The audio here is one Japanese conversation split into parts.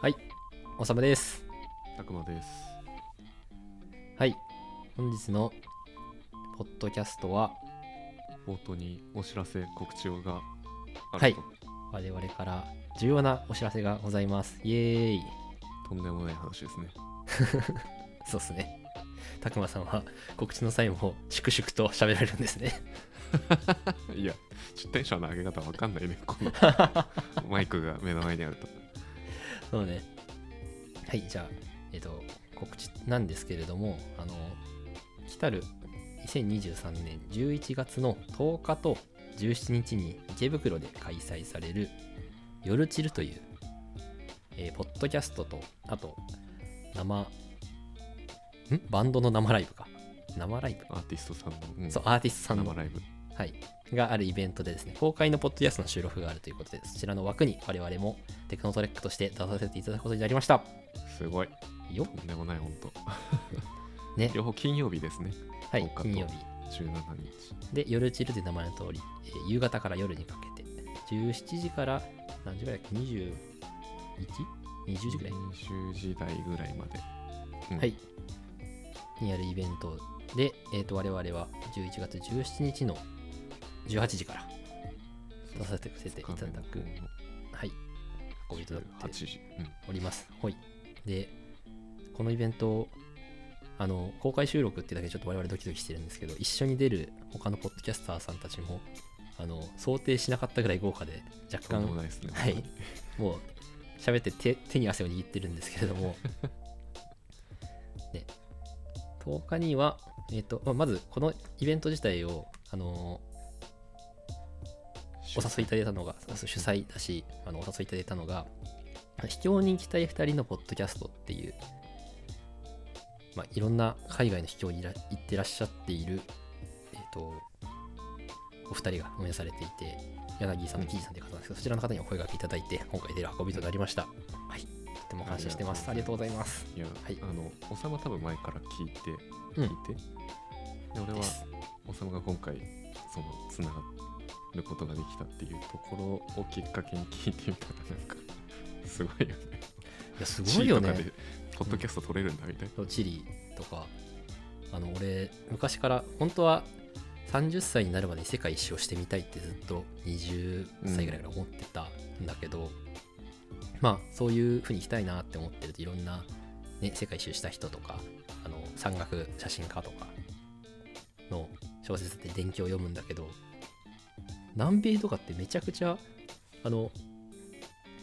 はい、おさむです。たくまです。はい、本日のポッドキャストは冒頭にお知らせ告知があると、はい我々から重要なお知らせがございます。イエーイ。とんでもない話ですね。そうっすね。たくまさんは告知の際も粛々と喋られるんですね。いや、ちょっとテンションの上げ方わかんないね。こ のマイクが目の前にあると。そうね。はい、じゃあ、えっ、と、告知なんですけれども、あの、来たる2023年11月の10日と17日に池袋で開催される、夜チルという、えーポッドキャストと、あと、生、んバンドの生ライブか。生ライブ、アーティストさんの、うんそう、アーティストさんの生ライブ。はい、があるイベントでですね、公開のポッドキャストの収録があるということで、そちらの枠に我々もテクノトレックとして出させていただくことになりました。すごい。よとんでもない、ほんと。ね両方金曜日ですね。はい10日、と金曜日。 17日。で、夜チルで名前の通り、えー夕方から夜にかけて、17時から何時ぐらいだっけ ?21?20 時ぐらい、 20時台ぐらいまで。うんはい。にやるイベントで、えー、と我々は11月17日の18時から出させていただく、はい、ご覧いただいて8時。うんおります。ほい。で、このイベント、あの、公開収録ってだけでちょっと我々ドキドキしてるんですけど、一緒に出る他のポッドキャスターさんたちも、あの、想定しなかったぐらい豪華で、若とんでも干、ないですね。はいほんとにもう、喋って手手に汗を握ってるんですけれど も、で、10日には、えっ、と、まあまず、このイベント自体を、あのお誘いいただいたのが、そう主催だし、あのお誘いいただいたのが、秘境に行きたい2人のポッドキャストっていう、まあ、いろんな海外の秘境にいら行ってらっしゃっている、えっ、と、お二人が運営されていて、柳井さんと木地さんという方なんですけど、そちらの方にお声掛けいただいて、今回出る運びとなりました。はい。とても感謝してます。あありりががととうございうございま。ますいや、はいあの、おさま多分前から聞いて、う聞んいて、で俺はですおさむが今回そのつながることができたっていうところをきっかけに聞いてみたらなんか すごいよね。いや、すごいよ地位とかね。でポッドキャスト撮れるんだみたいな。そうチリとか、あの、俺、昔から、本当は30歳になるまでに世界一周をしてみたいってずっと20歳ぐらいから思ってたんだけど、まあ、そういう風に行きたいなって思ってると、いろんな、ね、世界一周した人とか、あの、山岳写真家とかの小説って伝記を読むんだけど、南米とかってめちゃくちゃ、あの、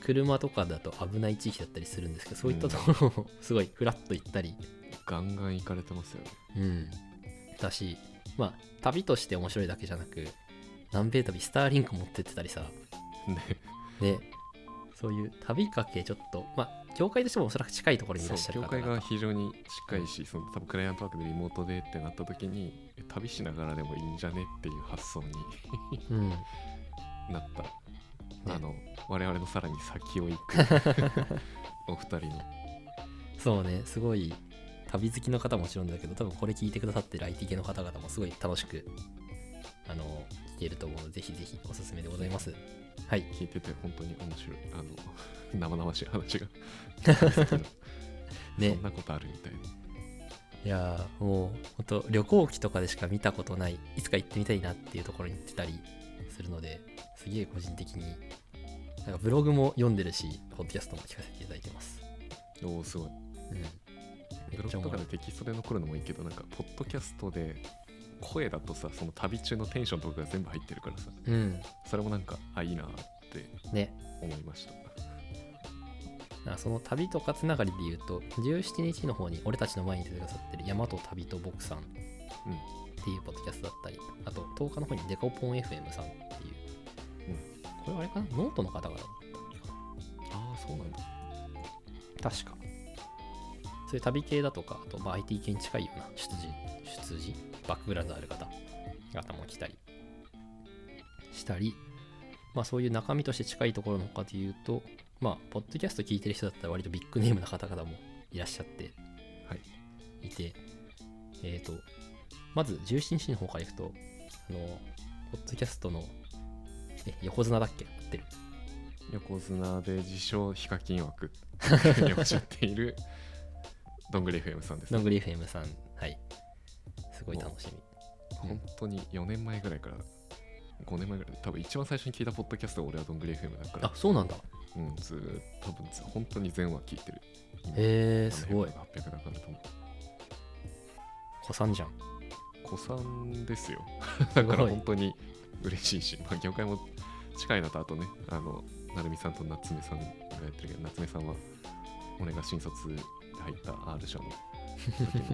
車とかだと危ない地域だったりするんですけど、そういったところをすごいフラッと行ったり、ガンガン行かれてますよね。うん、だしまあ旅として面白いだけじゃなく南米旅スターリンク持ってってたりさね、でそういう旅かけちょっとまあ業界としてもおそらく近いところにいそらうっしゃる業方界々が非常に近いし、その多分クライアントワークでリモートでってなった時にえ旅しながらでもいいんじゃねっていう発想にうんなった、あの我々のさらに先を行 くお二人のそうねすごい旅好きの方ももちろんだけど多分これ聞いてくださってる IT 系の方々もすごい楽しくあの聞けると思うのでぜひぜひおすすめでございますはい聞いてて本当に面白いあの 生々しい話 がねそんなことあるみたいないやーもうほんと旅行記とかでしか見たことないいつか行ってみたいなっていうところに行ってたりするのですげえ個人的になんかブログも読んでるしポッドキャストも聞かせていただいてます、おおすごいうん、めブロっちゃグおもとろかでいテキストで残るのもいいけどなんかポッドキャストで声だとさその旅中のテンションとかが全部入ってるからさうんそれもなんかあいいなってね思いましたなんかその旅とかつながりで言うと17日の方に俺たちの前に出てくださってる「大和旅と僕さん」っていうポッドキャストだったりあと10日の方に「デコポン FM さん」っていう、これあれかなノートの方々だったっけかなああそうなんだ確かそういう旅系だとかあとまあ IT 系に近いような出自出自バックグラウンドある方方も来たりしたりまあそういう中身として近いところの他で言うとまあポッドキャスト聞いてる人だったら割とビッグネームな方々もいらっしゃってはいいてえっ、とまず17日の方からいくとあのポッドキャストのえ横綱だっけ合ってる横綱で自称ヒカキン 枠っておっしゃっているどんぐり FM さんですのグリフェムさんはいすごい楽しみ本当に4年前ぐらいから5年前ぐらい多分一番最初に聞いたポッドキャストが俺はどんぐり FM だからあそうなんだうん、ずー多分ず本当に全話聞いてる。へえ今すごい700だから多分。子さんじゃん子さんですよ。す だからごい本当に嬉しいし、まあ、業界も近いなと、あとね、あの、なるみさんと夏目さんがやってるけど、夏目さんは俺が新卒で入った R 社の 時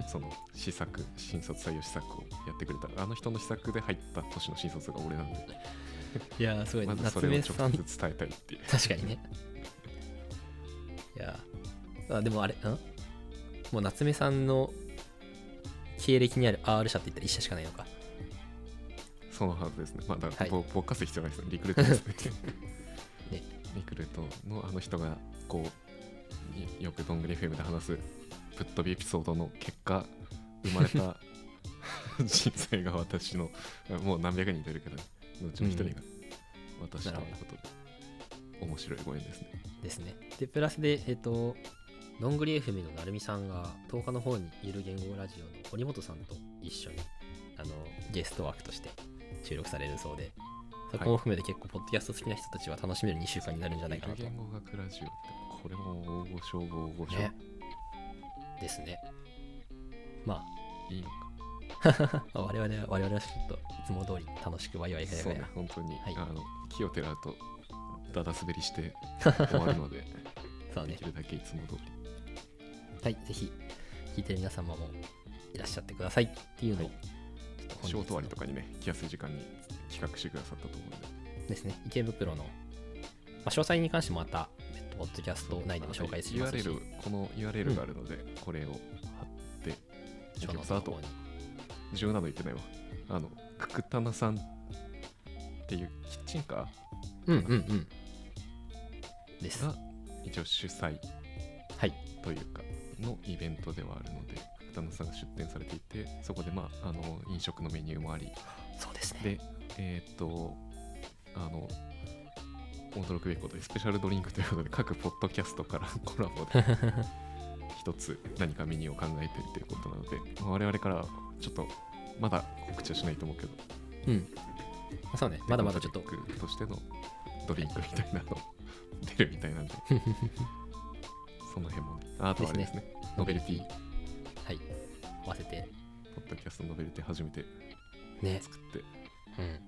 のその試作、新卒採用試作をやってくれた。あの人の試作で入った年の新卒が俺なんで、いやーすごいまず夏それを目直さん接伝えたいっていう。確かにねいやーあでもあれんもう夏目さんの経歴にある R 社って言ったら1社しかないのかそのはずですね。まあ、だから、はぼぼっかす必要ないですね。リクルート ですねね。リクルートのあの人が、こう、いよくどんぐり FM で話すぶっ飛びエピソードの結果、生まれた人生が私の、もう何百人出るけど、のうちの一人が私ということで、面白いご縁ですね。ですねでプラスでえっ、とどんぐり FM のなるみさんが10日の方にいる言語ラジオの堀本さんと一緒にあのゲスト枠として収録されるそうでそこも含めて結構ポッドキャスト好きな人たちは楽しめる2週間になるんじゃないかなと、言語学ラジオって、これも大御所、大御所、ねですねまいいのか。あ 我々は我々はちょっといつも通り楽しくワイワイガヤそガうねヤ、本当に、はいあの木をてらうとだだ滑りして 終わるので、そうでねきるだけいつも通り。はいぜひ聞いてる皆様もいらっしゃってくださいっていうのを、はいちょっと本日仕の事終わりとかにね、来やすい時間に企画してくださったと思うんで、ですね、池袋の、まあ、詳細に関してもまた、えっと、ポッドキャスト内でも紹介しますし、 URL、この URL があるので、これを貼って、ショーノートあのと方に。 17言ってないわ。あの、くくたなさんっていうキッチンカうんうんうん。です。ーはが一応主催い。というか、のイベントではあるので、くくたなさんが出展されていて、そこで、まあ、あの飲食のメニューもあり、そうですね。で、えーっと、あの、驚くべきことに、スペシャルドリンクということで、各ポッドキャストから コラボで、一つ何かメニューを考えてるということなので、まあ我々からはちょっと、まだ告知はしないと思うけど、 うん。そうね、まだまだちょっエとコ、ノミックとしてのドリンクみたいなの、 出るみたいなんで、その辺もね、ああとあれですね、 ノベルティ、はい。合わせて、ポッドキャストノベルティ初めてね。作ってうん。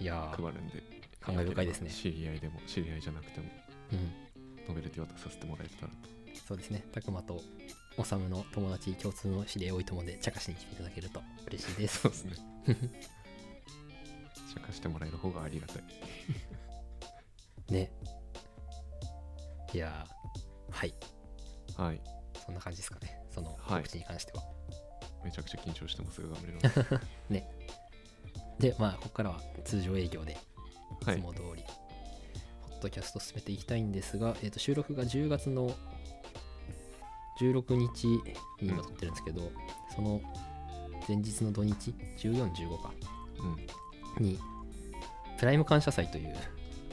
いやー、配るんで、感慨深いですね。知り合いでも、知り合いじゃなくても、うん。ノベルティ渡させてもらえたらと。そうですね、たくまと、おさむの友達共通の知り合い多いと思うんで、茶化しに来ていただけると嬉しいです。そうですね。 釈迦してもらえる方がありがたい。 ね。いやー、はい。はい。そんな感じですかね。そのはい告知に関しては。めちゃくちゃ緊張してますが、頑張り ます。で、まあ、ここからは通常営業で、いはつい。も通り、ポッドキャスト進めていきたいんですが、えー、と収録が10月の16日に今撮ってるんですけど、その前日の土日、14、15か、うん。に、プライム感謝祭という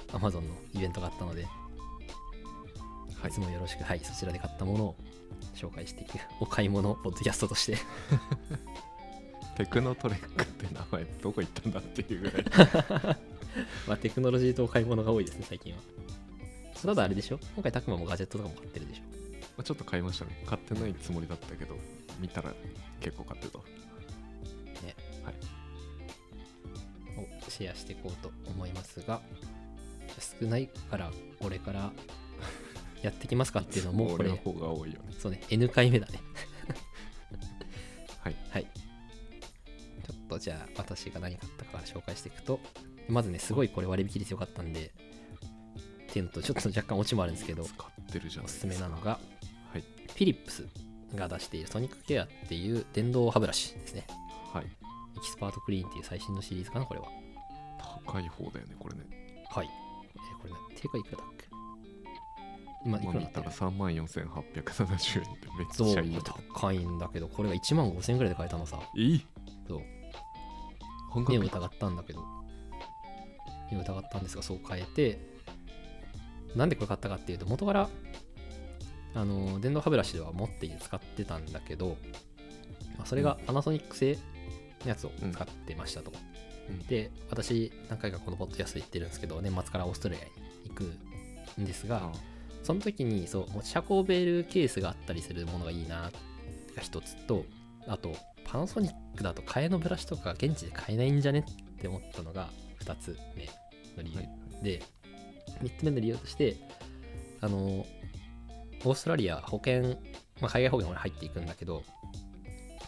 Amazon のイベントがあったので、はいいつ。もよろしく、はい、そちらで買ったものを紹介していく、 お買い物ポッドキャストとして、テクノトレックって名前どこ行ったんだっていうぐ らい。 まあ、テクノロジーとお買い物が多いですね、最近は。ただあれでしょ今回、たくまもガジェットとかも買ってるでしょまあちょっと買いましたね。買ってないつもりだったけど、見たら結構買ってた。ねはいをシェアしていこうと思いますが少ないから俺から やってきますかっていうのもこ俺のれ方が多いよね。そうね N 回目だねはい。はいちょっとじゃあ私が何買ったかから紹介していくとまずねすごいこれ割引率良かったんでっていうのとちょっと若干オチもあるんですけど使ってるじゃん。おすすめなの。がはい。フィリップスが出しているソニックケアっていう電動歯ブラシですねはい。エキスパートクリーンっていう最新のシリーズかなこれは高い方だよね、これね。はい。えーこれね、定価いくらだっけ今、いまくあら見だったたらか3万4870円ってめっそう、ちこゃいいれよ。高いんだけど、これが1万5000円くらいで買えたのさ。いいそう。本目を格疑ったんだけど、目を疑ったんですが、そう変えて、なんでこれ買ったかっていうと元からあの電動歯ブラシでは持って使ってたんだけど、まあ、それがパナソニック製のやつを使ってましたと、うんで私何回かこのポッドキャスト行ってるんですけど年末からオーストラリアに行くんですがあその時にそう持ち運べるケースがあったりするものがいいなが一つとあとパナソニックだと替えのブラシとか現地で買えないんじゃねって思ったのが2つ目の理由、はいで3つ目の理由としてあのオーストラリア保険、まあ、海外保険俺入っていくんだけど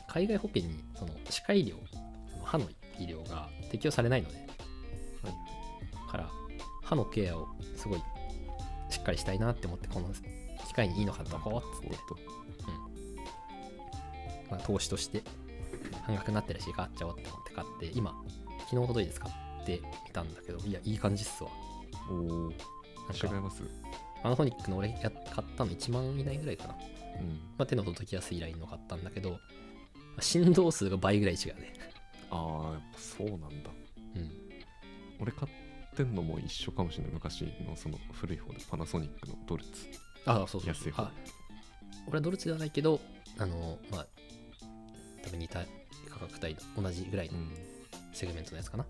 海外保険にその歯科医療その歯の医療が適用されないので、から歯のケアをすごいしっかりしたいなって思ってこの機会にいいのかどこっつっおてっ、とまあ、投資として半額になってるし買っちゃおうって思って買って今昨日ほどいです買ってみたんだけどいやいい感じっすわおーなん違いかますパナソニックの俺が買ったの1万以内ぐらいかな、まうんあ、手の届きやすいラインの買ったんだけどまあ振動数が倍ぐらい違うねああやっぱそうなんだうん俺買ってんのも一緒かもしれない昔のその古い方でパナソニックのドルツあそうそう安そうい方あ俺はドルツではないけどあのまあ多分似た価格帯同じぐらいのうんセグメントのやつかな。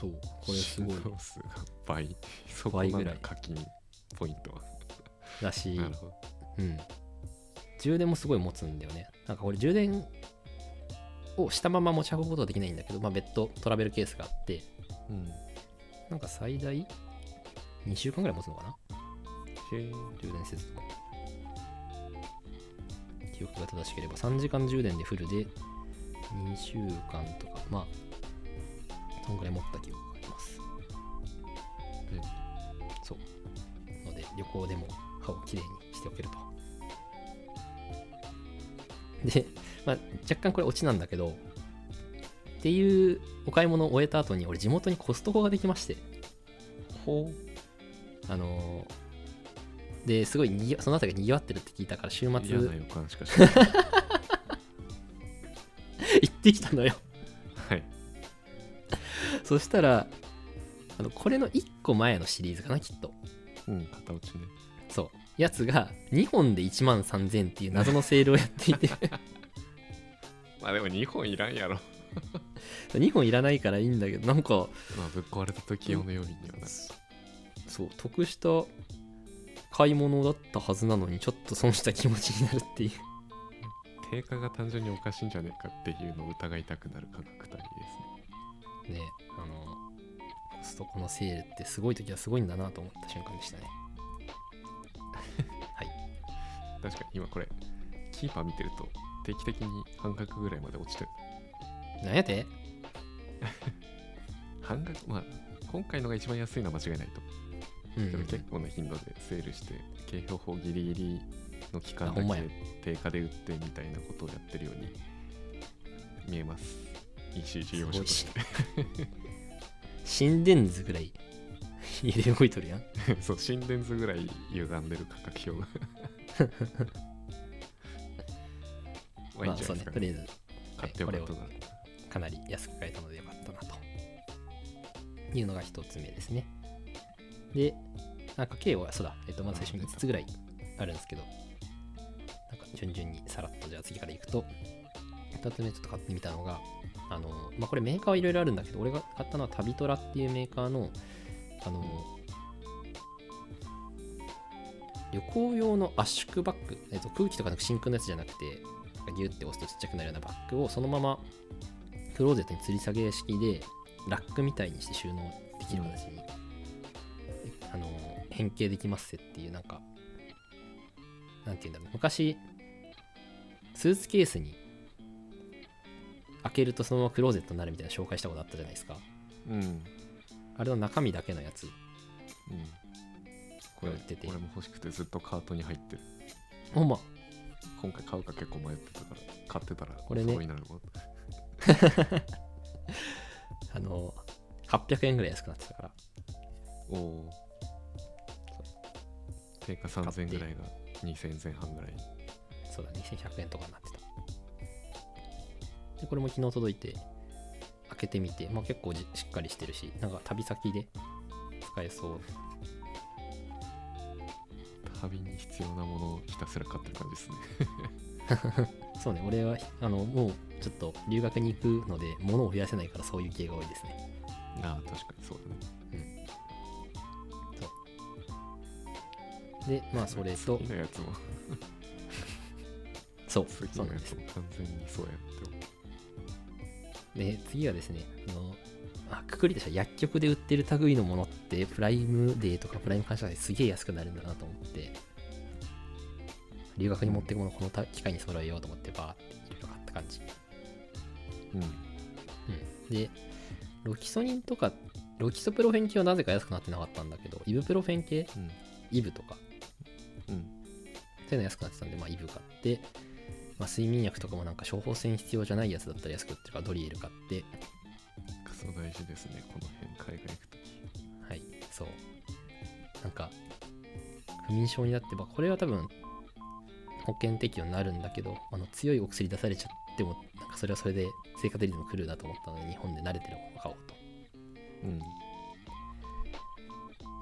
そう、これすご い振動数が倍そこ倍なぐんらだい課金ポイントはだしな、るほどうん。充電もすごい持つんだよね。なんかこれ充電をしたまま持ち運ぶことはできないんだけど、まあ別途トラベルケースがあって、うんなんか最大2週間ぐらい持つのかなへ充電せずとも。記憶が正しければ3時間充電でフルで2週間とか、まあ、そんぐらい持った記憶があります。えそう。ので、旅行でも歯をきれいにしておけると。で、まあ、若干これオチなんだけど、っていうお買い物を終えた後に、俺地元にコストコができまして、ほあのーですごいにぎわその辺りがにぎわってるって聞いたから、週う嫌な末予感しかしない行ってきたのよ。 はいそしたら、あのこれの1個前のシリーズかな、きっと。うん片落ちねそう。やつが2本で1万3000っていう謎のセールをやっていて、 まあでも2本いらんやろ2本いらないからいいんだけど、なんか、まあぶっ壊れた時用の用品にはなるそう、得した買い物だったはずなのに、ちょっと損した気持ちになるっていう。定価が単純におかしいんじゃねえかっていうのを疑いたくなる価格帯ですねね、あの、コストコのセールってすごい時はすごいんだなと思った瞬間でしたね。確かに今これキーパー見てると定期的に半額ぐらいまで落ちてるなんやて半額まあ今回のが一番安いのは間違いないとうんけど結構な頻度でセールして景品法ギリギリの期間あほだんまやけ定価で売ってみたいなことをやってるように見えます EC 事業者として 心電図ぐらい 入れ動いとるやんそう心電図ぐらい歪んでる価格表が ままあいいんあじゃそなういでねすとりあえずか買ってよかったなこかなり安く買えたのでよかったなというのが一つ目ですねでなんか計はそうだ、えっと、まず最初に5つぐらいあるんですけどなんか順々にさらっとじゃあ次からいくと2つ目ちょっと買ってみたのがあの、まあ、これメーカーはいろいろあるんだけど俺が買ったのはタビトラっていうメーカーのあの旅行用の圧縮バッグ、えっと、空気とかの真空のやつじゃなくてなんかギュッて押すとちっちゃくなるようなバッグをそのままクローゼットに吊り下げ式でラックみたいにして収納できる形に、あの変形できますせっていうなんかなんて言うんだろう昔スーツケースに開けるとそのままクローゼットになるみたいな紹介したことあったじゃないですかうん、うん、あれの中身だけのやつこれ売ってて俺も欲しくてずっとカートに入ってるほんま今回買うか結構迷ってたから買ってたらこれねお揃いになるわあの800円ぐらい安くなってたからおお定価買って3000ぐらいが2000前半ぐらいそうだ、2100円とかになってた。で、これも昨日届いて、開けてみて、まあ、結構じしっかりしてるし、なんか旅先で使えそう花瓶に必要なものをひたすら買ってる感じですねそうね、俺は、あの、もう、ちょっと留学に行くので、物を増やせないから、そういう系が多いですね。 ああ確かにそうだねで、まあ、それと好き、なやつもそう、好きそうななんやですつ。も完全にそうやって思うで、次はですね、あの、あくくりとしては薬局で売ってる類のものって、プライムデーとかプライム感謝ですげえ安くなるんだなと思って、留学に持っていくもの、このた機会に揃えようと思って、バーっていろいろ買った感じ。うんうん、でロキソニンとかロキソプロフェン系はなぜか安くなってなかったんだけどイブプロフェン系うんイブとかうんそういうの安くなってたんで、まあ、イブ買って、まあ、睡眠薬とかもなんか処方箋必要じゃないやつだったら安く売ってるからドリエル買ってクソ大事ですねこの辺海外行くとはいそうなんか不眠症になって、まあ、これは多分保険適用になるんだけどあの強いお薬出されちゃってもなんかそれはそれで生活リズム狂うなと思ったので日本で慣れてるものを買おうとうんま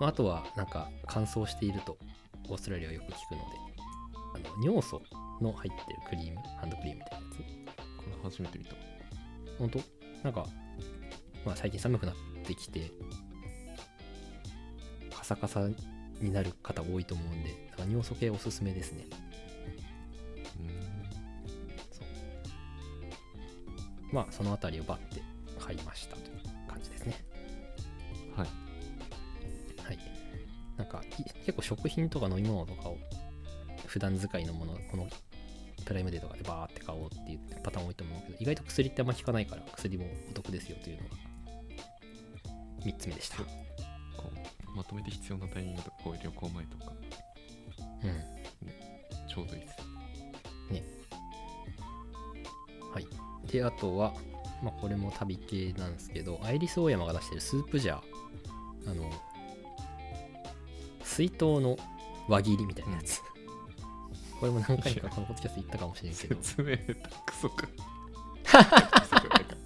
あ、あとはなんか乾燥しているとオーストラリアはよく聞くのであの尿素の入ってるクリームハンドクリームみたいなやこれ初めて見たつ本当なんか、まあ、最近寒くなってきてカサカサになる方多いと思うんでなんか尿素系おすすめですねうんそうまあその辺りをバッて買いましたという感じですねはいはい、なんかい結構食品とか飲み物とかを普段使いのものこのプライムデーとかでバーって買おうっていうパターン多いと思うけど意外と薬ってあんま効かないから薬もお得ですよというのが3つ目でしたそうこうまとめて必要なタイミングとかこういう旅行前とかうんちょうどいいですはいであとは、まあ、これも旅系なんですけどアイリスオーヤマが出してるスープジャーあの水筒の輪切りみたいなやつ、これも何回かこのポッドキャスト言ったかもしれんけ ど説明下手くそか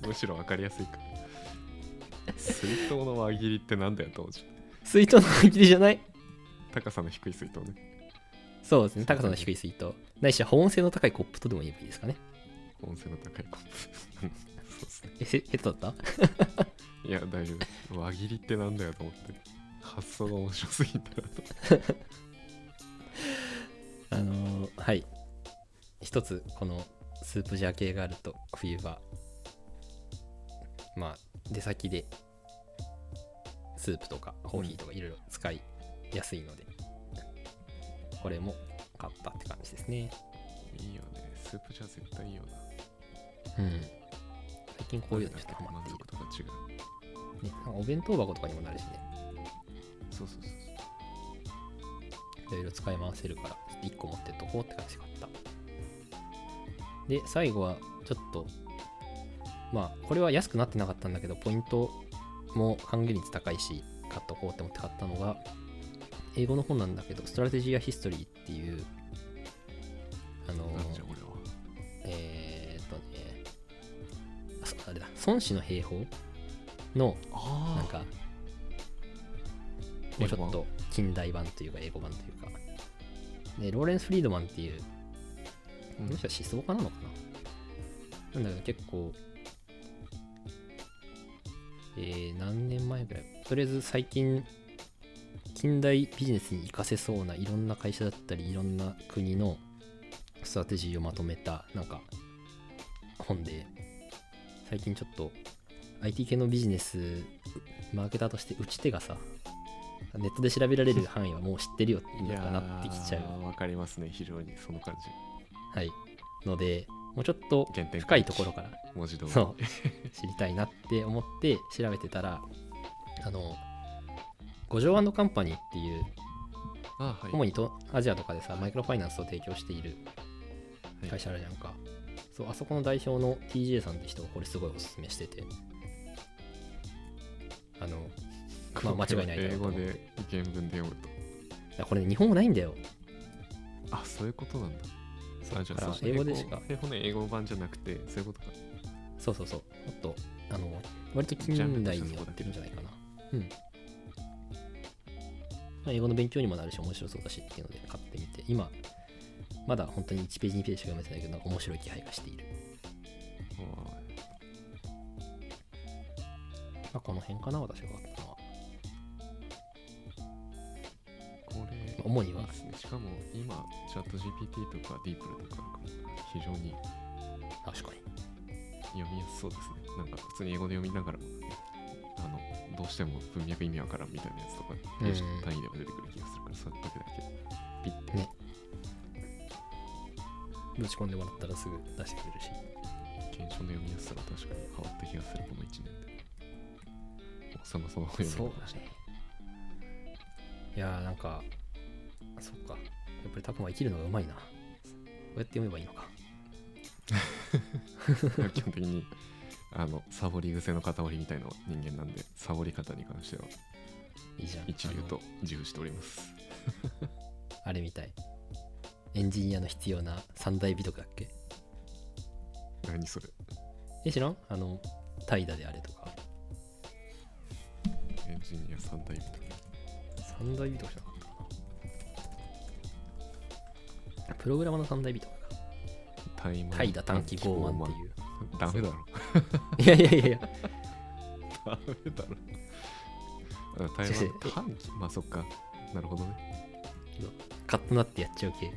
むしろ分かりやすいから水筒の輪切りってなんだよ当時水筒の輪切りじゃない高さの低い水筒ねそうですね、高さの低い水筒。ないしは保温性の高いコップとでも言えばいいですかね。温泉の高いコップ うんそうですねえ、せ下手だったいや大丈夫輪切りってなんだよと思って発想が面白すぎたなとあのーはい。一つ、このスープジャー系があると、冬場、まあ、出先で、スープとかコーヒーとかいろいろ使いやすいので、これも買ったって感じですね。いいよねスープじゃ絶対いいよなうん。最近こういうのちょっとハマっ満てい足る。とか違うね、なんかお弁当箱とかにもなるしね、そうそうそうそいろいろ使い回せるから1個持ってっとこうって感じだったで最後はちょっとまあこれは安くなってなかったんだけどポイントも還元率高いし買っとこうって思って買ったのが英語の本なんだけど「ストラテジーア・ヒストリー」っていうあのうなんじゃー俺はえーっとねあそあれだ孫子の兵法のあなんかもうちょっと近代版というか英語版というかでローレンス・フリードマンっていううこの人は思想家なのかななんだけど結構、えー何年前ぐらいとりあえず最近近代ビジネスに活かせそうないろんな会社だったりいろんな国のストラテジーをまとめたなんか本で最近ちょっと IT 系のビジネスマーケターとして打ち手がさネットで調べられる範囲はもう知ってるよってんいやなってきちゃうーわかりますね非常にその感じはい、のでもうちょっと原点深いところから文字通りそう 知りたいなって思って調べてたらあの五条カンパニーっていうあはい主にとアジアとかでさマイクロファイナンスを提供しているはい会社あるじゃんか、そうあそこの代表の TJ さんって人がこれすごいおすすめしててあのまあ間違いないだろ英うと語思ってで原文で読むといやこれ、ね、日本語ないんだよあそういうことなんだそうあじゃだからあそう英語でしか英語の英語版じゃなくてそういうことかそうそうそう。もっと、あの、割と近代に寄ってるんじゃないかな。うん。まあ、英語の勉強にもなるし面白そうだしっていうので買ってみて今まだ本当に1ページ2ページしか読めてないけどなんか面白い気配がしている、まあ、この辺かな私が買ったのは、これまあ主にはいいっすねしかも今チャット GPT とかディープルとかあるから非常に確かに読みやすそうですねなんか普通に英語で読みながらもあのどうしても文脈意味わからんみたいなやつとかページうん単位でも出てくる気がするからそれだけだけピッてねぶち込んでもらったらすぐ出してくれるし検証の読みやすさが確かに変わった気がするこの1年でもうそもそも読みそう方だねいやーなんかそっかやっぱりたくま生きるのがうまいなこうやって読めばいいのか 基本的にあのサボり癖の塊みたいな人間なんでサボり方に関してはいいじゃん一流と自負しておりますあのあれみたいエンジニアの必要な三大美徳だっけ何それえ知らんあの怠惰であれとかエンジニア三大美徳三大美徳じゃなかったかなプログラマーの三大美徳か怠慢怠惰短期傲慢っていううダメだろいやいやいやいやダメだろあ怠先慢生短期まあそっかなるほどねカッとなってやっちゃう系は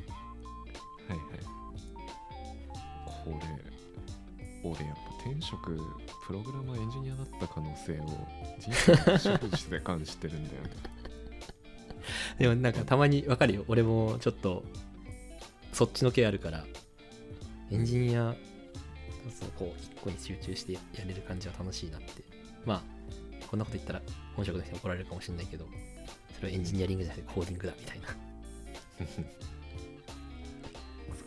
いはいこれ俺やっぱ転職プログラマーエンジニアだった可能性を人生の食事で感じてるんだよねでもなんかたまにわかるよ俺もちょっとそっちの系あるからエンジニアそうこう一個に集中してやれる感じは楽しいなってまあこんなこと言ったら本職の人に怒られるかもしれないけどそれはエンジニアリングじゃなくてコーディングだみたいな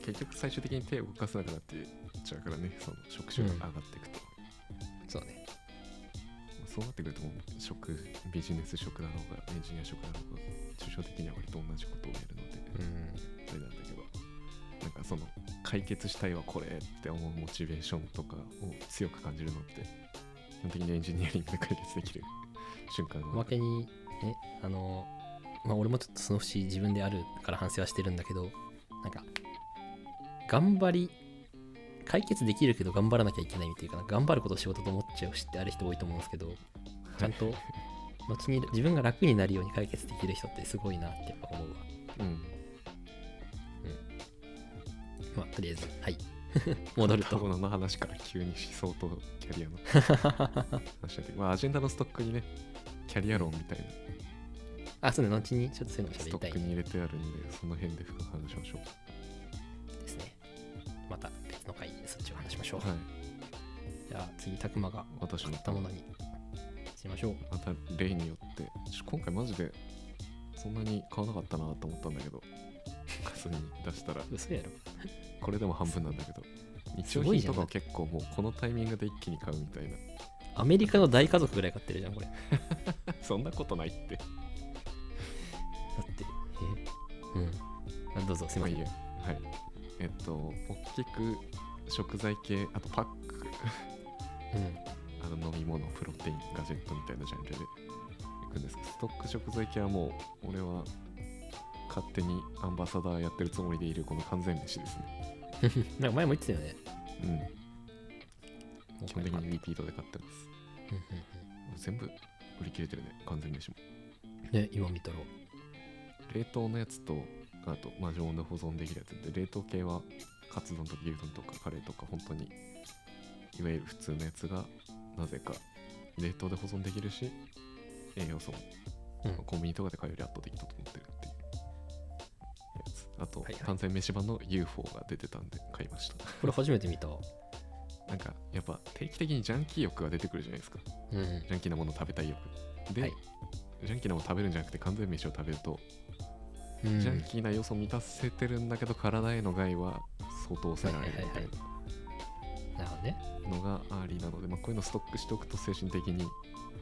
結局最終的に手を動かせなくなっていっちゃうからねその職種が上がっていくと、そうねそうなってくるともう職ビジネス職だろうがエンジニア職だろうが抽象的には割と同じことをやるのでうんあれなんだけどなんかその解決したいはこれって思うモチベーションとかを強く感じるのって基本的にエンジニアリングで解決できる瞬間おまけにねあのまあ俺もちょっとその節自分であるから反省はしてるんだけどなんか頑張り解決できるけど頑張らなきゃいけないっていうかな頑張ることを仕事と思っちゃうしってある人多いと思うんですけどちゃん と後に自分が楽になるように解決できる人ってすごいなってやっぱ思うわ うんまあとりあえずはい 戻るタとゴナの話から急に思想とキャリアの話になってまあアジェンダのストックにねキャリア論みたいなあそうね後にちょっとそういうのも喋スりトたッいクにで入れてあるんでその辺で深く話しましょうすねまた別の回でそっちを話しましょう、はいじゃあ次たくまが私の買ったものにしましょうまた例によってちょ今回マジでそんなに買わなかったなと思ったんだけど普通に出したら嘘やろこれでも半分なんだけど日す用ごい品じゃとんかを結構もうこのタイミングで一気に買うみたいな アメリカの大家族ぐらい買ってるじゃんこれだそんなことないってってえうんあどうぞすいまませあいいんやはいえっと大きく食材系あとパックうんあの飲み物プロテインガジェットみたいなジャンルでいくんですけどストック食材系はもう俺は勝手にアンバサダーやってるつもりでいるこの完全飯ですね なんか前も言ってたよね。うんもう基こ本れ的買っにリピートで買ってますうん全部売り切れてるね完全飯もうんうんね、今見たら。冷凍のやつとあと、まあ、常温で保存できるやつで冷凍系はカツ丼とか牛丼とかカレーとか本当にいわゆる普通のやつがなぜか冷凍で保存できるし栄養素も、うんコンビニとかで買うより圧倒的だと思ってるっていうやつあと、はいはい完全飯版の UFO が出てたんで買いましたこれ初めて見た。なんかやっぱ定期的にジャンキー欲が出てくるじゃないですかうん。ジャンキーなもの食べたい欲で、はいジャンキーなもの食べるんじゃなくて完全飯を食べるとうん、ジャンキーな要素を満たせてるんだけど体への害は相当抑えられるみたいなるほどね。なのがありなので、まあ、こういうのストックしておくと精神的に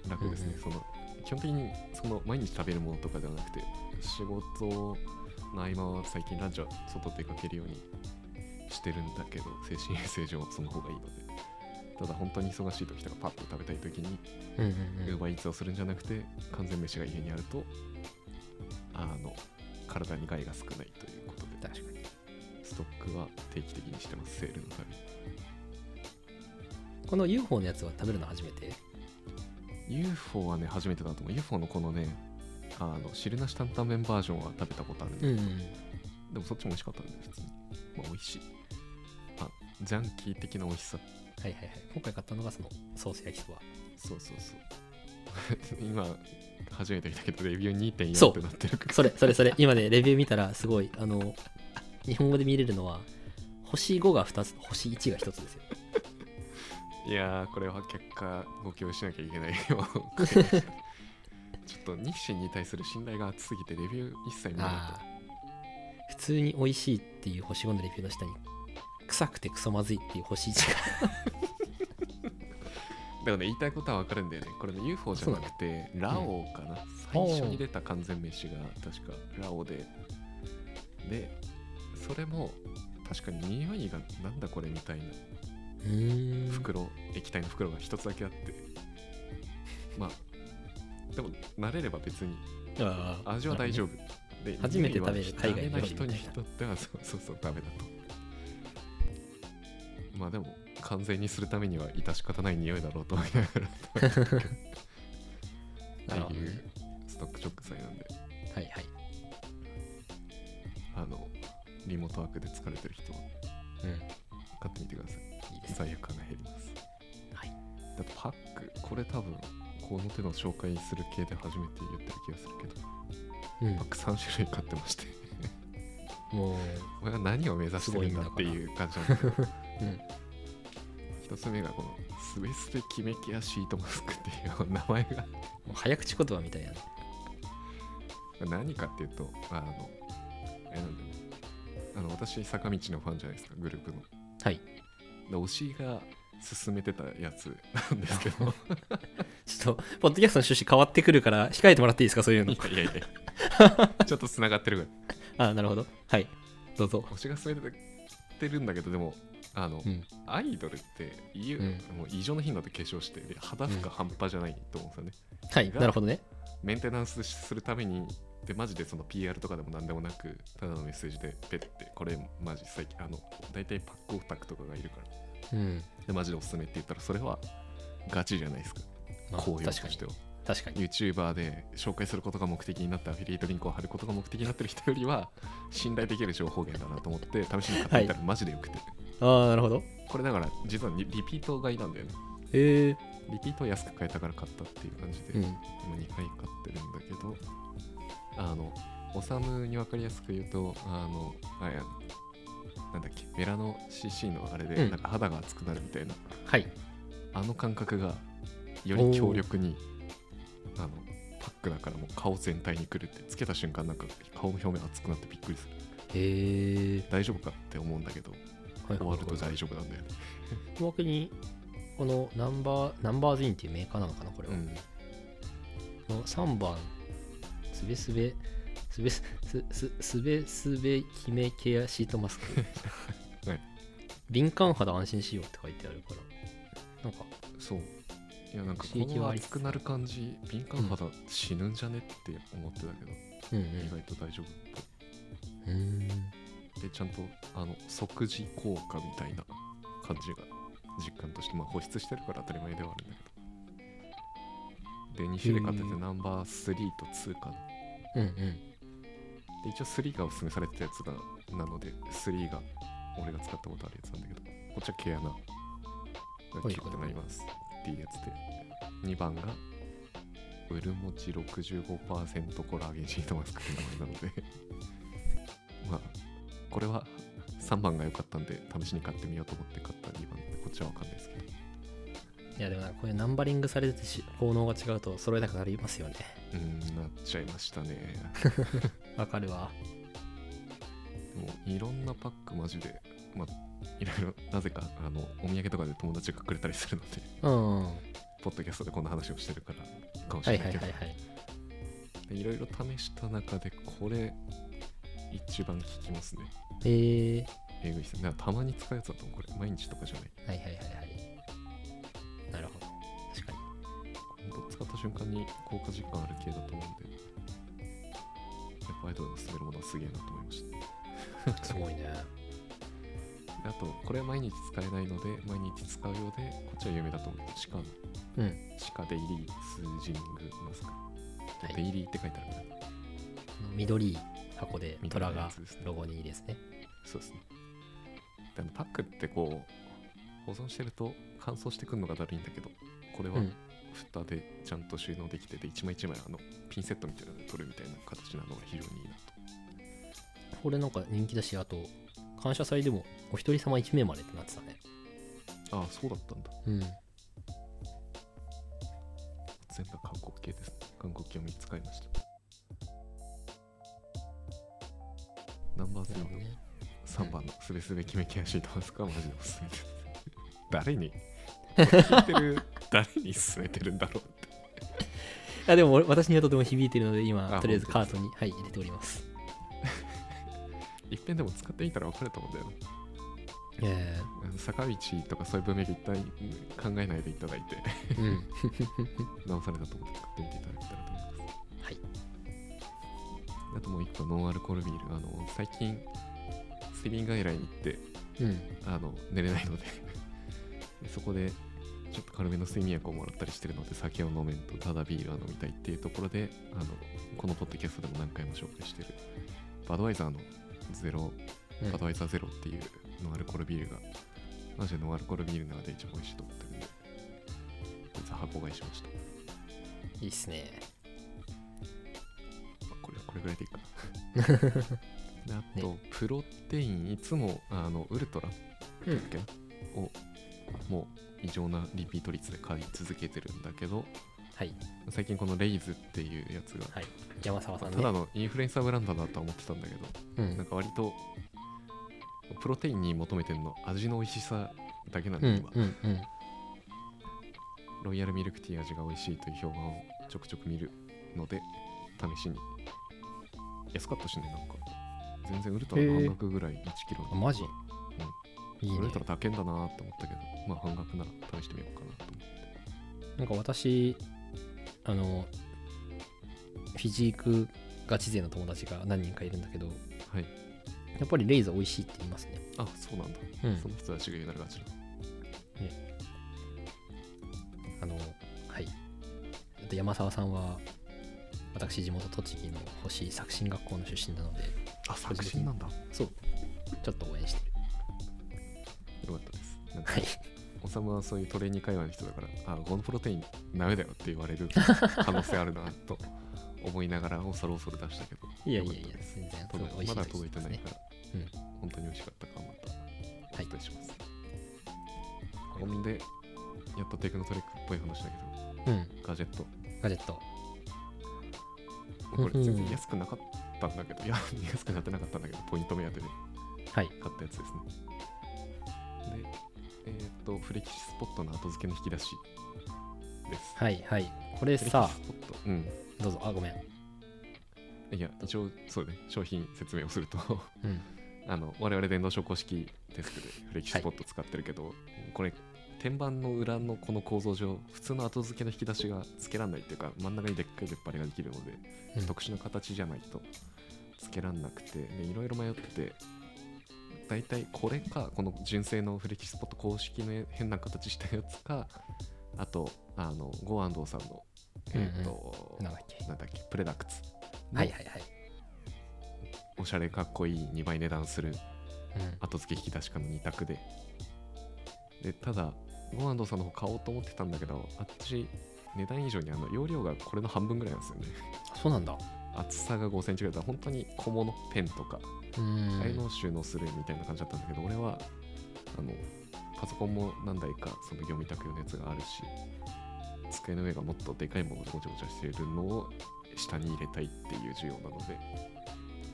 楽ですうね、んうんその基本的にその毎日食べるものとかではなくて仕事の合間は最近ランチは外出かけるようにしてるんだけど精神衛生上その方がいいのでただ本当に忙しい時とかパッと食べたい時にうんうウんうーん。バーイーツをするんじゃなくて完全飯が家にあるとああの体に害が少ないということで確かにストックは定期的にしてますセールのためこの UFO のやつは食べるの初めて UFO はね初めてだと思う UFO のこのねあの汁なし担々麺バージョンは食べたことあるんだけど、んでもそっちも美味しかったんで普通にまあ美味しいあジャンキー的な美味しさはいはいはい今回買ったのがそのソース焼きそばそうそうそう 今初めて見たけどレビューそ2.4うってなって るそれそれそれ今ねレビュー見たらすごいあの日本語で見れるのは星5が2つ星1が1つですよいやーこれは結果ご協力しなきゃいけない よちょっと日清に対する信頼が厚すぎてレビュー一切見なあかっー普通に美味しいっていう星5のレビューの下に臭くてクソまずいっていう星1がたでもね言いたいことは分かるんだよねこれね UFO じゃなくてラオウかな、最初に出た完全飯が確かラオウででそれも確かに匂いがなんだこれみたいなうーん袋、液体の袋が一つだけあってまあでも慣れれば別にあー味は大丈夫で初めて食べる匂いは海外ダ料理みたいなメな人にとっては そうそうそうダメだとまあでも完全にするためには致し方ない匂いだろうと思いながなるほらってどいねうストック直祭なんではいはいあのリモートワークで疲れてる人はうん買ってみてくださいいいですね罪悪感が減りますはいだってパックこれ多分この手の紹介する系で初めて言ってる気がするけどうんパック3種類買ってまして もうこれは何を目指してるんだっていう感じなんだけど うん一つ目がこのスベスベキメキアシートマスクっていう名前がもう早口言葉みたいなね何かっていうとあのあれなんだよねあの私坂道のファンじゃないですかグループのはいで推しが勧めてたやつなんですけどいちょっとポッドキャストの趣旨変わってくるから控えてもらっていいですか そういうのやいやいや ちょっとつながってるぐらい あーなるほどはいどうぞ推しが勧めててるんだけどでもあの、うんアイドルっていう、うもう異常な頻度で化粧してで肌負荷半端じゃないと思うんですよね、はいなるほどねメンテナンスするためにでマジでその PR とかでも何でもなくただのメッセージでペッてこれマジ最近あの大体パックオタクとかがいるからうんでマジでおすすめって言ったらそれはガチじゃないですかまあこういうと確かしにては確かに YouTuber で紹介することが目的になったアフィリエイトリンクを貼ることが目的になってる人よりは信頼できる情報源だなと思って試しに買ってみたらマジでよくて、ああなるほどこれだから実はリリピート買いなんだよねへえリピートを安く買えたから買ったっていう感じで、うん今2回買ってるんだけどあのおさむに分かりやすく言うとあのあれやなんだっけメラノ CC のあれでうんなんか肌が熱くなるみたいな、はいあの感覚がより強力にあのパックだからもう顔全体にくるってつけた瞬間なんか顔の表面熱くなってびっくりするへえ大丈夫かって思うんだけどはい終わると大丈夫なんだよね、おまけにこのナンバーナンバーズインっていうメーカーなのかなこれは、うんこの3番すべすべすべすすすべすべキメケアシートマスク、 はい敏感肌安心しようって書いてあるからなんかそういやなんかこ刺激のはありつつ熱くなる感じ敏感肌死ぬんじゃねって思ってたけど、うん意外と大丈夫っぽいうんうんでちゃんとあの即時効果みたいな感じが実感として、まあ、保湿してるから当たり前ではあるんだけどで2種類買っててうんナンバー3と2かなうんうんで一応3がおすすめされてたやつがなので3が俺が使ったことあるやつなんだけどこっちは毛穴がいキュッてなりますっていうやつで2番がウルモチ65%コラーゲンシートマスクって名前なので まあこれは3番が良かったんで試しに買ってみようと思って買った2番でこっちは分かんないですけどいやでもなんかこういうナンバリングされててし効能が違うと揃えたくなりますよねうーんなっちゃいましたねわかるわもういろんなパックマジでまあいろいろなぜかあのお土産とかで友達がくれたりするので うんはポッドキャストでこんな話をしてるからかもしいはれいなはいいけど、はいでいろいろ試した中でこれ一番効きますねへええぐいっすねだからたまに使うやつだと思うこれ毎日とかじゃないはいはいはいはいなるほど確かに本当使った瞬間に効果実感ある系だと思うんでやっワイドの進めるものはすげえなと思いました すごいね。であとこれは毎日使えないので毎日使うようでこっちは有名だと思うシカのうん。シカデイリースージングマスク、はいデイリーって書いてあるから緑い箱で緑虎のやがつですねロゴにいいですね。そうですねであのパックってこう保存してると乾燥してくるのがだるいんだけどこれはうん蓋でちゃんと収納できてて一枚一枚あのピンセットみたいなので取るみたいな形なのが非常にいいなとこれなんか人気だし、あと、感謝祭でもお一人様1名までってなってたね。ああそうだったんだうん。全部韓国系ですね韓国系を3つ買いましたナンバーなる0のほどね。 3番のすべすべキメキアシートマスクはマジでおすすめです誰にこれ聞いてる誰に勧めてるんだろうっていやでも俺私にはとても響いてるので、今、あとりあえずカ本ートに、はい、入れております。一遍でも使ってみたら分かると思うんだよなえあの坂道とかそういう文明一体考えないでいただいて えうん。直されたと思って使ってみていただけたらと思いますはいあともう一個ノンアルコールビールあの最近睡眠外来に行ってうん。あの寝れないので でそこでちょっと軽めの睡眠薬をもらったりしてるので酒を飲めんとただビールは飲みたいっていうところであのこのポッドキャストでも何回も紹介してるバドワイザーのゼロうんバドワイザーゼロっていうノンアルコールビールがマジでノンアルコールビールの中で一番美味しいと思ってるんでこいつは箱買いしましたいいっすね。まあこれこれぐらいでいいか なであと、プロテインいつもあのウルトラうん。だっけなをもう異常なリピート率で買い続けてるんだけどはい。最近このレイズっていうやつが、はい。山沢まさあんね。ただのインフルエンサーブランドだとは思ってたんだけど、うんなんか割とプロテインに求めてるの味の美味しさだけなんうで、ん今うんうん。ロイヤルミルクティー味が美味しいという評判をちょくちょく見るので試しに安かったしねなんか全然ウルトラの半額ぐらい1キロのあマジいいウねル。トラ高えんだなーって思ったけどまあ半額なら試してみようかなと思ってなんか私、あの、フィジークガチ勢の友達が何人かいるんだけど、はいやっぱりレイザー美味しいって言いますね。あそうなんだ、うんその人たちが言うなら勝ちだあの、はい。あと山沢さんは、私、地元栃木の星作新学校の出身なので、あ作品なんだよそう、ちょっと応援してる。かったですなんかはい。おさむはそういうトレーニー界隈の人だからあこのプロテインダメだよって言われる可能性あるなと思いながら恐る恐る出したけど いやいやよいかったやです、全然、すごい届美味しまいだの届いてないねか。ら、本当に美味しかったかまたはおい伝えします、うこんんでやっとテクノトリックっぽい話だけうん、どガジェットガジェット。これ全然安くなかったん だけど、いや安くなってなかったんだけどポイント目当てではい。買ったやつですね。で、えーっと、フレキシスポットの後付けの引き出しです。はいはい。これフレキ シさ、スポット。うん。どうぞ、あ、ごめん。いや、一応、そうね、商品説明をするとうん。あの、我々電動昇降式デスクでフレキシスポット使ってるけど、これ、天板の裏のこの構造上、普通の後付けの引き出しが付けられないっていうか、真ん中にでっかい出っ張りができるので、うん特殊な形じゃないと付けらんなくてでいろいろ迷って大体これかこの純正のフレキスポット公式の変な形したやつかあとあのゴーアンドーさんのえっ、と、なんだっけ。なんだっけプレダクツはいはいはい。おしゃれかっこいい2倍値段するうん後付け引き出しかの2択ででただゴーアンドーさんの方買おうと思ってたんだけどあっち値段以上にあの容量がこれの半分ぐらいなんですよねあそうなんだ。厚さが5センチぐらいだから本当に小物ペンとかう。ああいうんのを収納するみたいな感じだったんだけど、俺はあのパソコンも何台かその業務委託用のやつがあるし机の上がもっとでかいものでごちゃごちゃしているのを下に入れたいっていう需要なので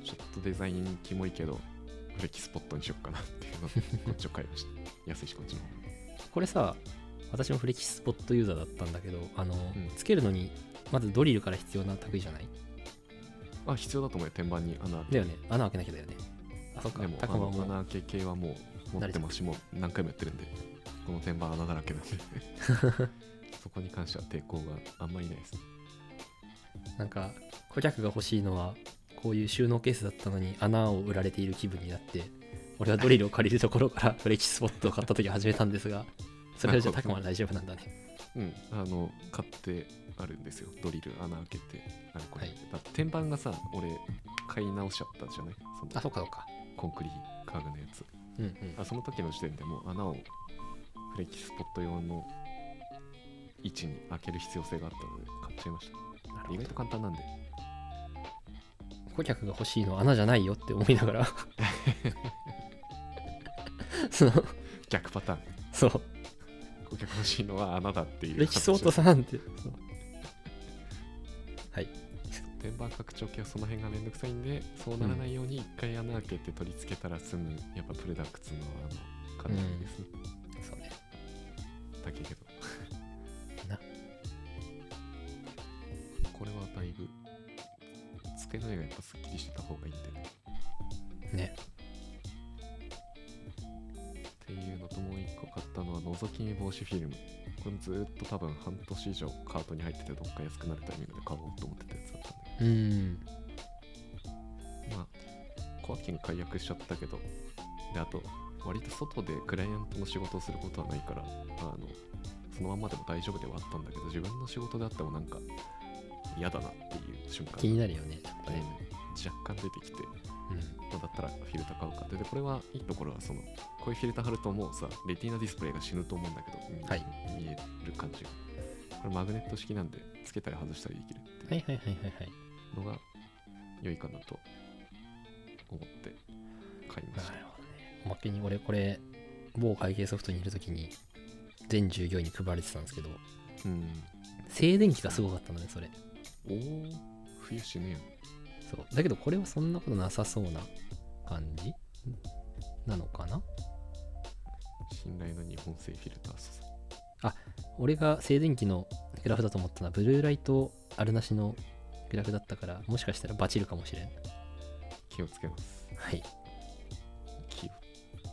ちょっとデザインキモいけどフレキスポットにしよっかなっていうので こっちを買いました安いしこっちの方がこれさ、私もフレキシスポットユーザーだったんだけど、あの、んつけるのに、まずドリルから必要な類じゃないあ必要だと思うよ天板に穴開だけよね。穴開けなきゃだよね。あ、そっか。でもタあコマのも。穴開け系はもう持ってますしもう何回もやってるんでこの天板穴だら けなんでそこに関しては抵抗があんまりないですねなんか、顧客が欲しいのは、こういう収納ケースだったのに穴を売られている気分になって俺はドリルを借りるところから ブレーキスポットを買った時始めたんですがそれはじゃあなたるほくどまは大丈夫なんだねうん、あの買ってあるんですよドリル穴開けてあれこれ、はいだって天板がさ俺買い直しちゃったじゃないそのあそうかそうかコンクリカーグのやつうんうんあその時の時点でもう穴をフレキスポット用の位置に開ける必要性があったので買っちゃいましたなるほ意外どと簡単なんで顧客が欲しいのは穴じゃないよって思いなが らその逆パターンそう顧客欲しいのは穴だっていうブレーキスポットさんってそうはい天板拡張系はその辺がめんどくさいんでそうならないように一回穴開けて取り付けたら済むやっぱプロダクツのあの課題ですね、そうねだけけどなこれはだいぶ机の上がやっぱすっきりしてた方がいいんでねねっていうのともう一個買ったのは覗き見防止フィルムこれずーっと多分半年以上カートに入っててどっか安くなるタイミングで買おうと思ってたやつだったうんでんまあ小秋に解約しちゃったけどであと割と外でクライアントの仕事をすることはないからあのそのまんまでも大丈夫ではあったんだけど自分の仕事であってもなんか嫌だなっていう瞬間が気になるよねちょっとね、うん若干出てきてうんまあだったらフィルター買うかででこれはいいところはそのこういうフィルター貼るともうさレティーナディスプレイが死ぬと思うんだけど、みはい見える感じがこれマグネット式なんでつけたり外したりできるってはいいはいはいはいはいうのが良いかなと思って買いまなしたるほどねおまけに俺これ某会計ソフトにいる時に全従業員に配られてたんですけどうん静電気がすごかったのねそれおお冬死ぬやんそうだけどこれはそんなことなさそうな感じなのかな信頼の日本製フィルター素材俺が静電気のグラフだと思ったのはブルーライトあるなしのグラフだったからもしかしたらバチるかもしれん気をつけますはい 気を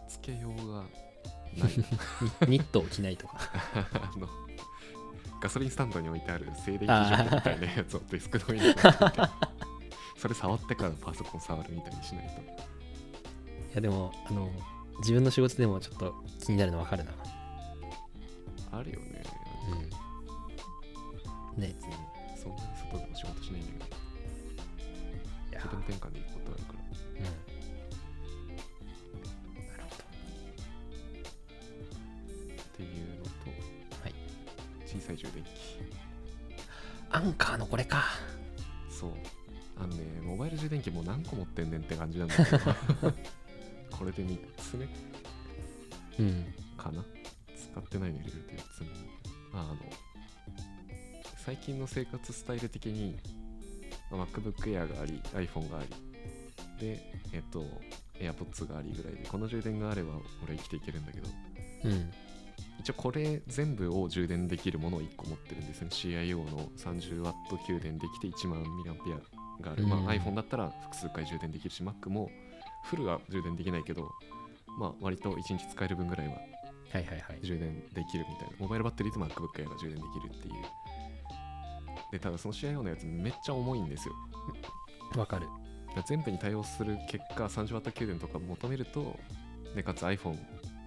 つけようがない ニットを着ないとかあのガソリンスタンドに置いてある静電気あ除ー去みたいなやつをデスクの上に置いておいてそれ触ってからパソコン触るみたいにしないといやでもあの自分の仕事でもちょっと気になるの分かるなあるよねうんね別にそんなに外でも仕事しないんだけどいや気分転換で行くことあるからうんなるほどっていうのと、はい小さい充電器アンカーのこれかそうあのねモバイル充電器もう何個持ってんねんって感じなんだけど これで3つ目うんかな使ってないの入れるとやつもああの最近の生活スタイル的にまあ MacBook Air があり iPhone がありでえっと AirPods がありぐらいでこの充電があれば俺は生きていけるんだけどうん一応これ全部を充電できるものを1個持ってるんですね CIO の 30W 給電できて1万 mAh がある、まうんあ、iPhone だったら複数回充電できるし Mac もフルは充電できないけどまあ割と1日使える分ぐらいははいはいはい充電できるみたいなモバイルバッテリーと MacBook Air が充電できるっていうでただその CIO のやつめっちゃ重いんですよわかるだから全部に対応する結果 30W 給電とか求めるとでかつ iPhone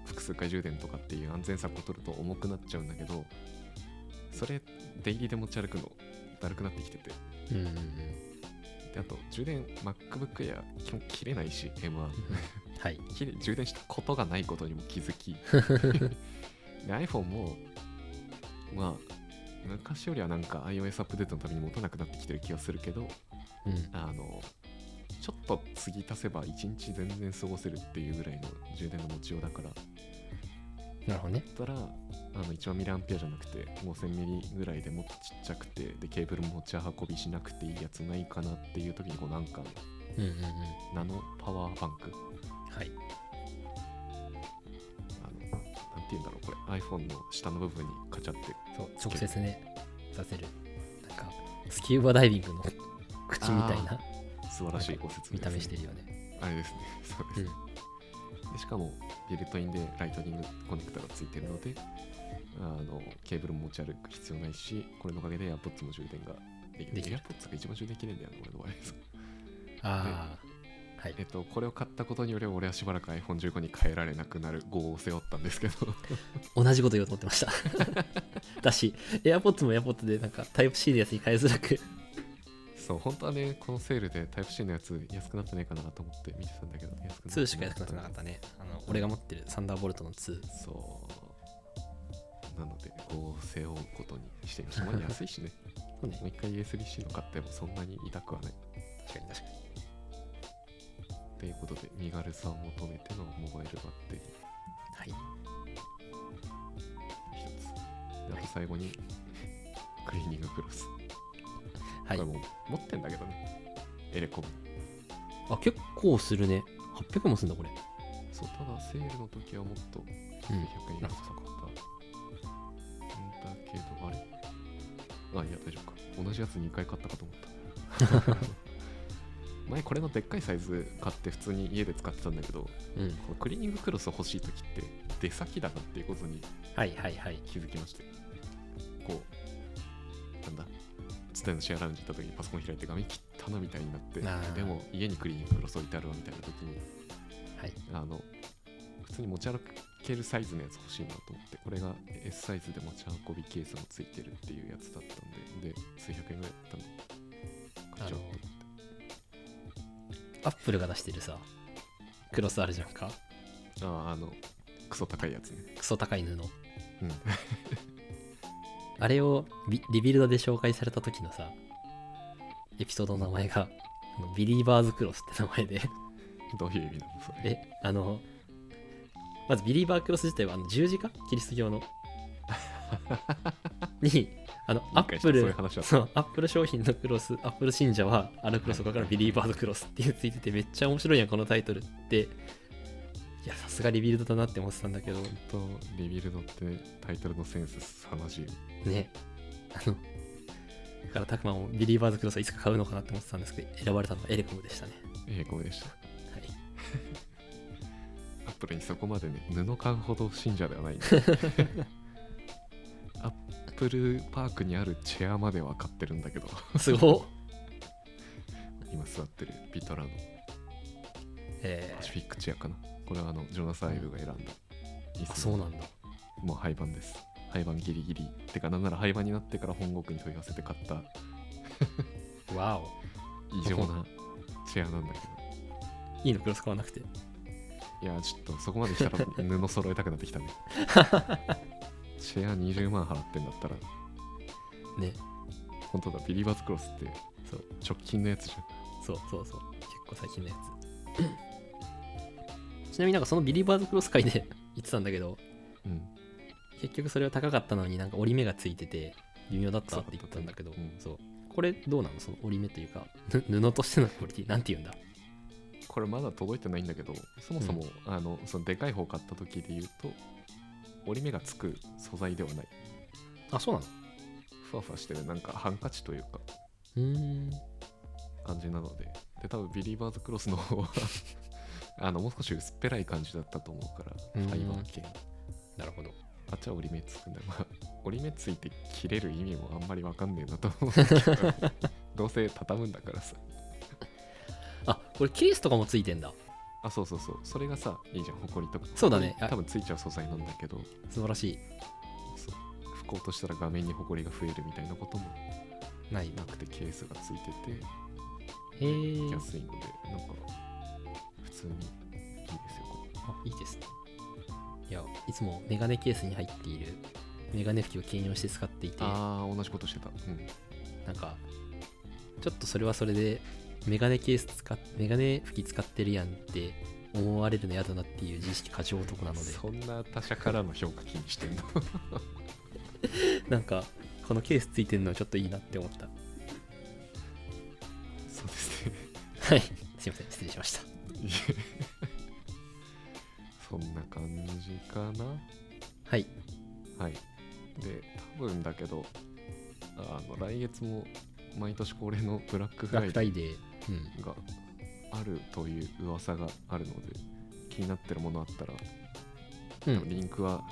複数回充電とかっていう安全策を取ると重くなっちゃうんだけどそれデイリーで持ち歩くのだるくなってきててうんうんうんであと充電 MacBook Air 基本切れないし M1 はいきれ充電したことがないことにも気づきで iPhone もまあ昔よりはなんか iOS アップデートのために持たなくなってきてる気がするけどうんあのちょっと継ぎ足せば1日全然過ごせるっていうぐらいの充電の持ちようだからだなるほどねったらあの1万ミリアンペアじゃなくて5000ミリぐらいでもっとちっちゃくてでケーブルも持ち運びしなくていいやつないかなっていう時にこうなんかうんうんうんナノパワーバンクはいあのなんて言うんだろうこれ iPhone の下の部分にカチャってそう直接ねさせるなんかスキューバダイビングの口みたいな素晴らしいご説見明た目でしすてるよねあれですね そうです、でしかもビルトインでライトニングコネクタがついてるのであのケーブルも持ち歩く必要ないしこれのおかげで AirPods も充電ができるできる AirPods が一番充電切れんだよね俺の場合ああはい えっと、これを買ったことにより俺はしばらく iPhone15 に変えられなくなる業を背負ったんですけど 同じこと言おうと思ってました だし AirPods も AirPods でなんかタイプ C のやつに変えづらくそう本当はねこのセールで Type-C のやつ安くなってないかなと思って見てたんだけど安くなって2しか安くなってなかったねあの俺が持ってるサンダーボルトの2そうなので業を背負うことにしていましたまあ安いしねそうねもう一回 USB-C の買ってもそんなに痛くはない確かに確かにということで身軽さを求めてのモバイルバッテリーはい一つであと最後にクリーニングクロス、はいこれもう持ってんだけどねエレコムあ結構するね800もすんだこれそうただセールの時はもっとう100ん円安かったんだけどあれあいや大丈夫か同じやつ2回買ったかと思った前これのでっかいサイズ買って普通に家で使ってたんだけどこうんのクリーニングクロス欲しい時って出先だなっていうことにはいはいはい気づきましてこうなんだツタヤのシェアラウンジ行った時にパソコン開いて画面切ったなみたいになってあーでも家にクリーニングクロス置いてあるわみたいな時にはいあの普通に持ち歩けるサイズのやつ欲しいなと思ってこれが S サイズで持ち運びケースもついてるっていうやつだったんでで数百円ぐらいだったんで買っちゃおうと思ってアップルが出してるさクロスあるじゃんかあああのクソ高いやつねクソ高い布うん あれをビリビルドで紹介された時のさエピソードの名前がビリーバーズクロスって名前でどういう意味なのそれえあのまずビリーバークロス自体はあの十字架キリスト教 のにあのア理解ッしたプルそういう話だったそうアップル商品のクロスアップル信者はあのクロスをからビリーバードクロスっていうついててめっちゃ面白いやんこのタイトルっていやさすがリビルドだなって思ってたんだけど本当リビルドってタイトルのセンスすさまじいよねあのだからタクマもビリーバーズクロスはいつか買うのかなって思ってたんですけど選ばれたのはエレコムでしたねええごめんでしたはいアップルにそこまでね布買うほど信者ではな いんでアップルパークにあるチェアまでは買ってるんだけどす ごっ今座ってるビトラのえパシフィックチェアかなこれはあのジョナサン・アイブが選んだ椅ー、あ子そうなんだもう廃盤です廃盤ギリギリてかなんなら廃盤になってから本国に問い合わせて買ったわお異常なチェアなんだけどいいのクロス買わなくていやちょっとそこまでしたら布揃えたくなって きたねチェア20万払ってんだったらね本当だビリーバーズクロスってそう直近のやつじゃんそうそうそう結構最近のやつ ちなみになんかそのビリーバーズクロス会で 言ってたんだけどうん、結局それは高かったのになんか折り目がついてて微妙だったって言ってたんだけど、そうだったねうんそうこれどうなのその折り目というかぬ布としてのクオリティなんて言うんだこれまだ届いてないんだけどそもそも、あのそのでかい方買った時で言うと折り目がつく素材ではないあそうなのふわふわしてるなんかハンカチというかうーん感じなのでで多分ビリーバーズクロスの方はあのもう少し薄っぺらい感じだったと思うからうんファイバー系なるほどあっちは折り目つくんだ、まあ、折り目ついて切れる意味もあんまりわかんねえなと思うけどどうせ畳むんだからさあこれケースとかもついてんだあそうそうそうそれがさいいじゃんホコリとかそうだねホコリ多分ついちゃう素材なんだけど素晴らしそう拭こうとしたら画面にホコリが増えるみたいなこともいないななくてケースがついててへえ安いのでなんか普通にいいですよこれあいいですねいやいつもメガネケースに入っているメガネ拭きを兼用して使っていてああ同じことしてたうんなんかちょっとそれはそれでメガネケース使っメガネ拭き使ってるやんって思われるの嫌だなっていう自意識過剰男なのでそんな他者からの評価気にしてんのなんかこのケースついてるのはちょっといいなって思った そうですねはいすいません 失礼しましたいえそんな感じかなはいはい。で、多分だけど、あの来月も毎年恒例のブラックブフラッラクフライデイデーうんーがあるという噂があるので、気になってるものあったら、うん、リンクは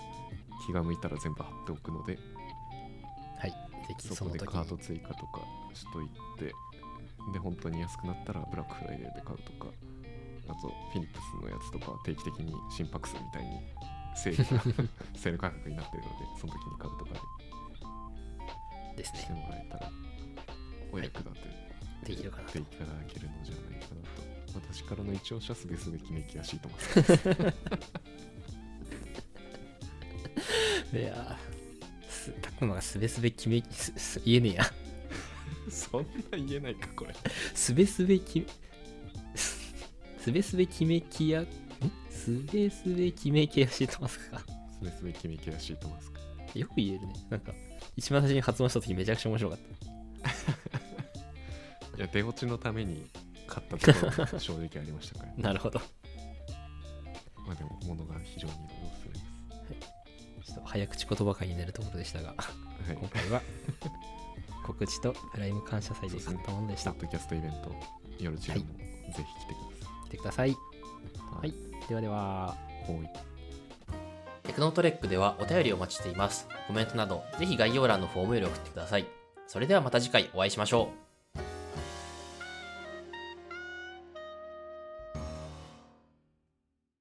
気が向いたら全部貼っておくので、はいぜひそそこので時カーにド追加とかしといて、で本当に安くなったらブラックフライデーで買うとかあとフィリップスのやつとか定期的に心拍数みたいにセール がセール価格になってるのでその時に買うとかですでしねてもらえたらお役立てできるかなとていただけるのじゃないかなと私からの一応シャスですべきメキらしいと思いますいやーすたくまがすべすべ決めすす言えねえやそんな言えないかこれすべすべき すすべすべ決めきやんすべすべ決めきやしとますかすべすべきメキらしいと思いますかよく言えるねなんか一番最初に発音した時めちゃくちゃ面白かっいや出落ちのために買ったところ も正直ありましたからたなるほどまあでも物が非常におすめでちょっと早口言葉会になるところで したがすはい今回は告知とプライム感謝祭で買ったものでしポた。ッドキャストイベント夜中もぜひ来てくだ見てください。さいはいではでは。はいはいテクノトレックではお便りをお待ちしています。コメントなど、ぜひ概要欄のフォームより送ってください。それではまた次回お会いしましょう。